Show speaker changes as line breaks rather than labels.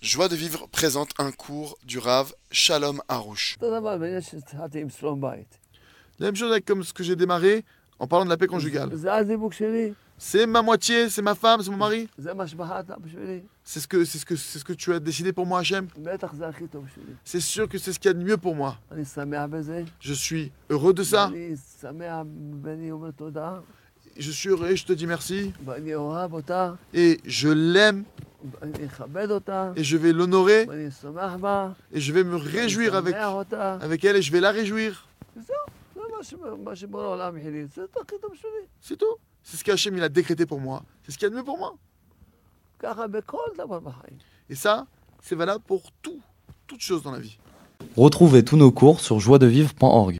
Joie de vivre présente un cours du Rav Shalom Harouche.
אותו דבר, בעניין שהתחלתי עם שלום בית.
La même chose avec comme ce que j'ai démarré en parlant de la paix conjugale.
זה הזיווג שלי,
C'est ma moitié, c'est ma femme, c'est mon mari.
זה מה שבחרת בשבילי,
C'est ce que, c'est ce que, c'est ce que tu as décidé pour moi, Hachem.
בטח זה הכי טוב שלי.
C'est sûr que c'est ce qu'il y a de mieux pour moi.
אני שמח בזה,
Je suis heureux de ça.
אני שמח ואני אומר תודה,
Je suis heureux, et je te dis merci.
ואני אוהב אותה,
Et je l'aime,
ואני אכבד אותה,
et je vais l'honorer,
ואני שמח בה,
et je vais me
ואני
réjouir avec,
שמח אותה.
avec elle, et je vais la réjouir.
זה מה ש- מה שבורא עולם החליט, זה הכי טוב שלי.
C'est tout. C'est ce qu'Hachem il a décrété pour moi. C'est ce qu'il y a de mieux pour moi.
ככה בכל דבר בחיים.
Et ça, c'est valable pour tout, toute chose dans la vie.
Retrouvez tous nos cours sur joiedevivre.org.